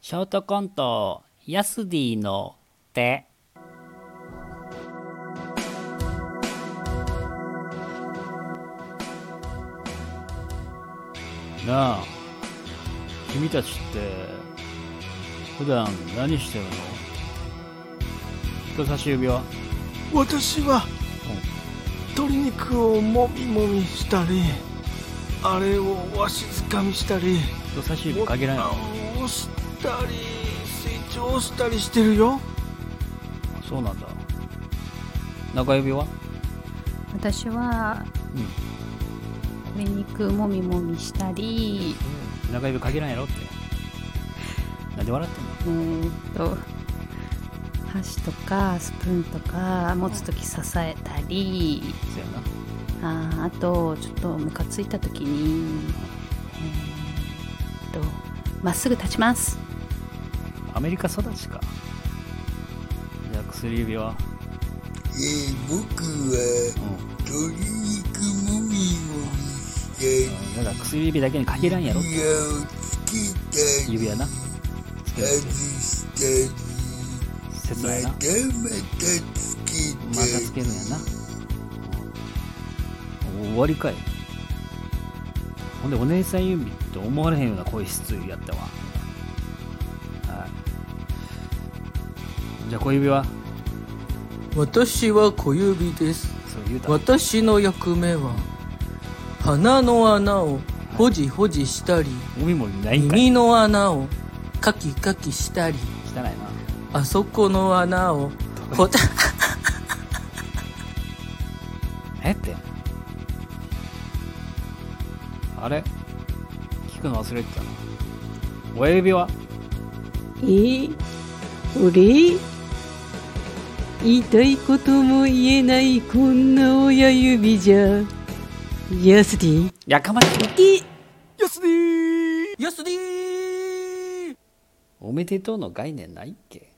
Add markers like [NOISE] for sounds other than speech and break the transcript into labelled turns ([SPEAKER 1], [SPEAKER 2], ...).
[SPEAKER 1] ショートコント、ヤスディの手。なあ、君たちって、普段何してるの人差し指は
[SPEAKER 2] 私は鶏肉をもみもみしたりあれをわしづかみしたり
[SPEAKER 1] 人差し指
[SPEAKER 2] ボタ
[SPEAKER 1] 限らない
[SPEAKER 2] ン
[SPEAKER 1] の
[SPEAKER 2] を押したりスイッチを押したりしてるよ
[SPEAKER 1] そうなんだ。中指は
[SPEAKER 3] 私は、鶏肉もみもみしたり
[SPEAKER 1] 中指限らんやろって。なんで笑ってんの
[SPEAKER 3] うーんと箸とかスプーンとか持つ時支えたり
[SPEAKER 1] そうやな。
[SPEAKER 3] あーあとちょっとムカついた時にえーっとまっすぐ立ちます
[SPEAKER 1] アメリカ育ちか。じゃあ薬指は
[SPEAKER 4] えー、僕は
[SPEAKER 1] う
[SPEAKER 4] 鶏肉もみもみしたり
[SPEAKER 1] ん。だから薬指だけに限らんやろって。
[SPEAKER 4] 指輪
[SPEAKER 1] 指輪
[SPEAKER 4] をつけたり
[SPEAKER 1] な。つけ
[SPEAKER 4] 外
[SPEAKER 1] るって
[SPEAKER 4] したり
[SPEAKER 1] 切な
[SPEAKER 4] ま
[SPEAKER 1] いな
[SPEAKER 4] たま。たつけた
[SPEAKER 1] またつけるん
[SPEAKER 4] り
[SPEAKER 1] やな。うん終わりかい。ほんで、お姉さん指って思われへんような声質やったわ。はい。じゃあ小指は
[SPEAKER 5] 私は小指です
[SPEAKER 1] そう言うた。
[SPEAKER 5] 私の役目は鼻の穴をほじほじしたり
[SPEAKER 1] 耳もないんかい。
[SPEAKER 5] 耳の穴をカキカキしたり
[SPEAKER 1] 汚いな。
[SPEAKER 5] あそこの穴をほた [LAUGHS]
[SPEAKER 1] えってあれ聞くの忘れてたな親指はい
[SPEAKER 6] 俺言いたいことも言えないこんな親指じゃヤスディ
[SPEAKER 1] やかましい
[SPEAKER 2] ヤスディ
[SPEAKER 5] ヤスディー
[SPEAKER 1] おめでとうの概念ないっけ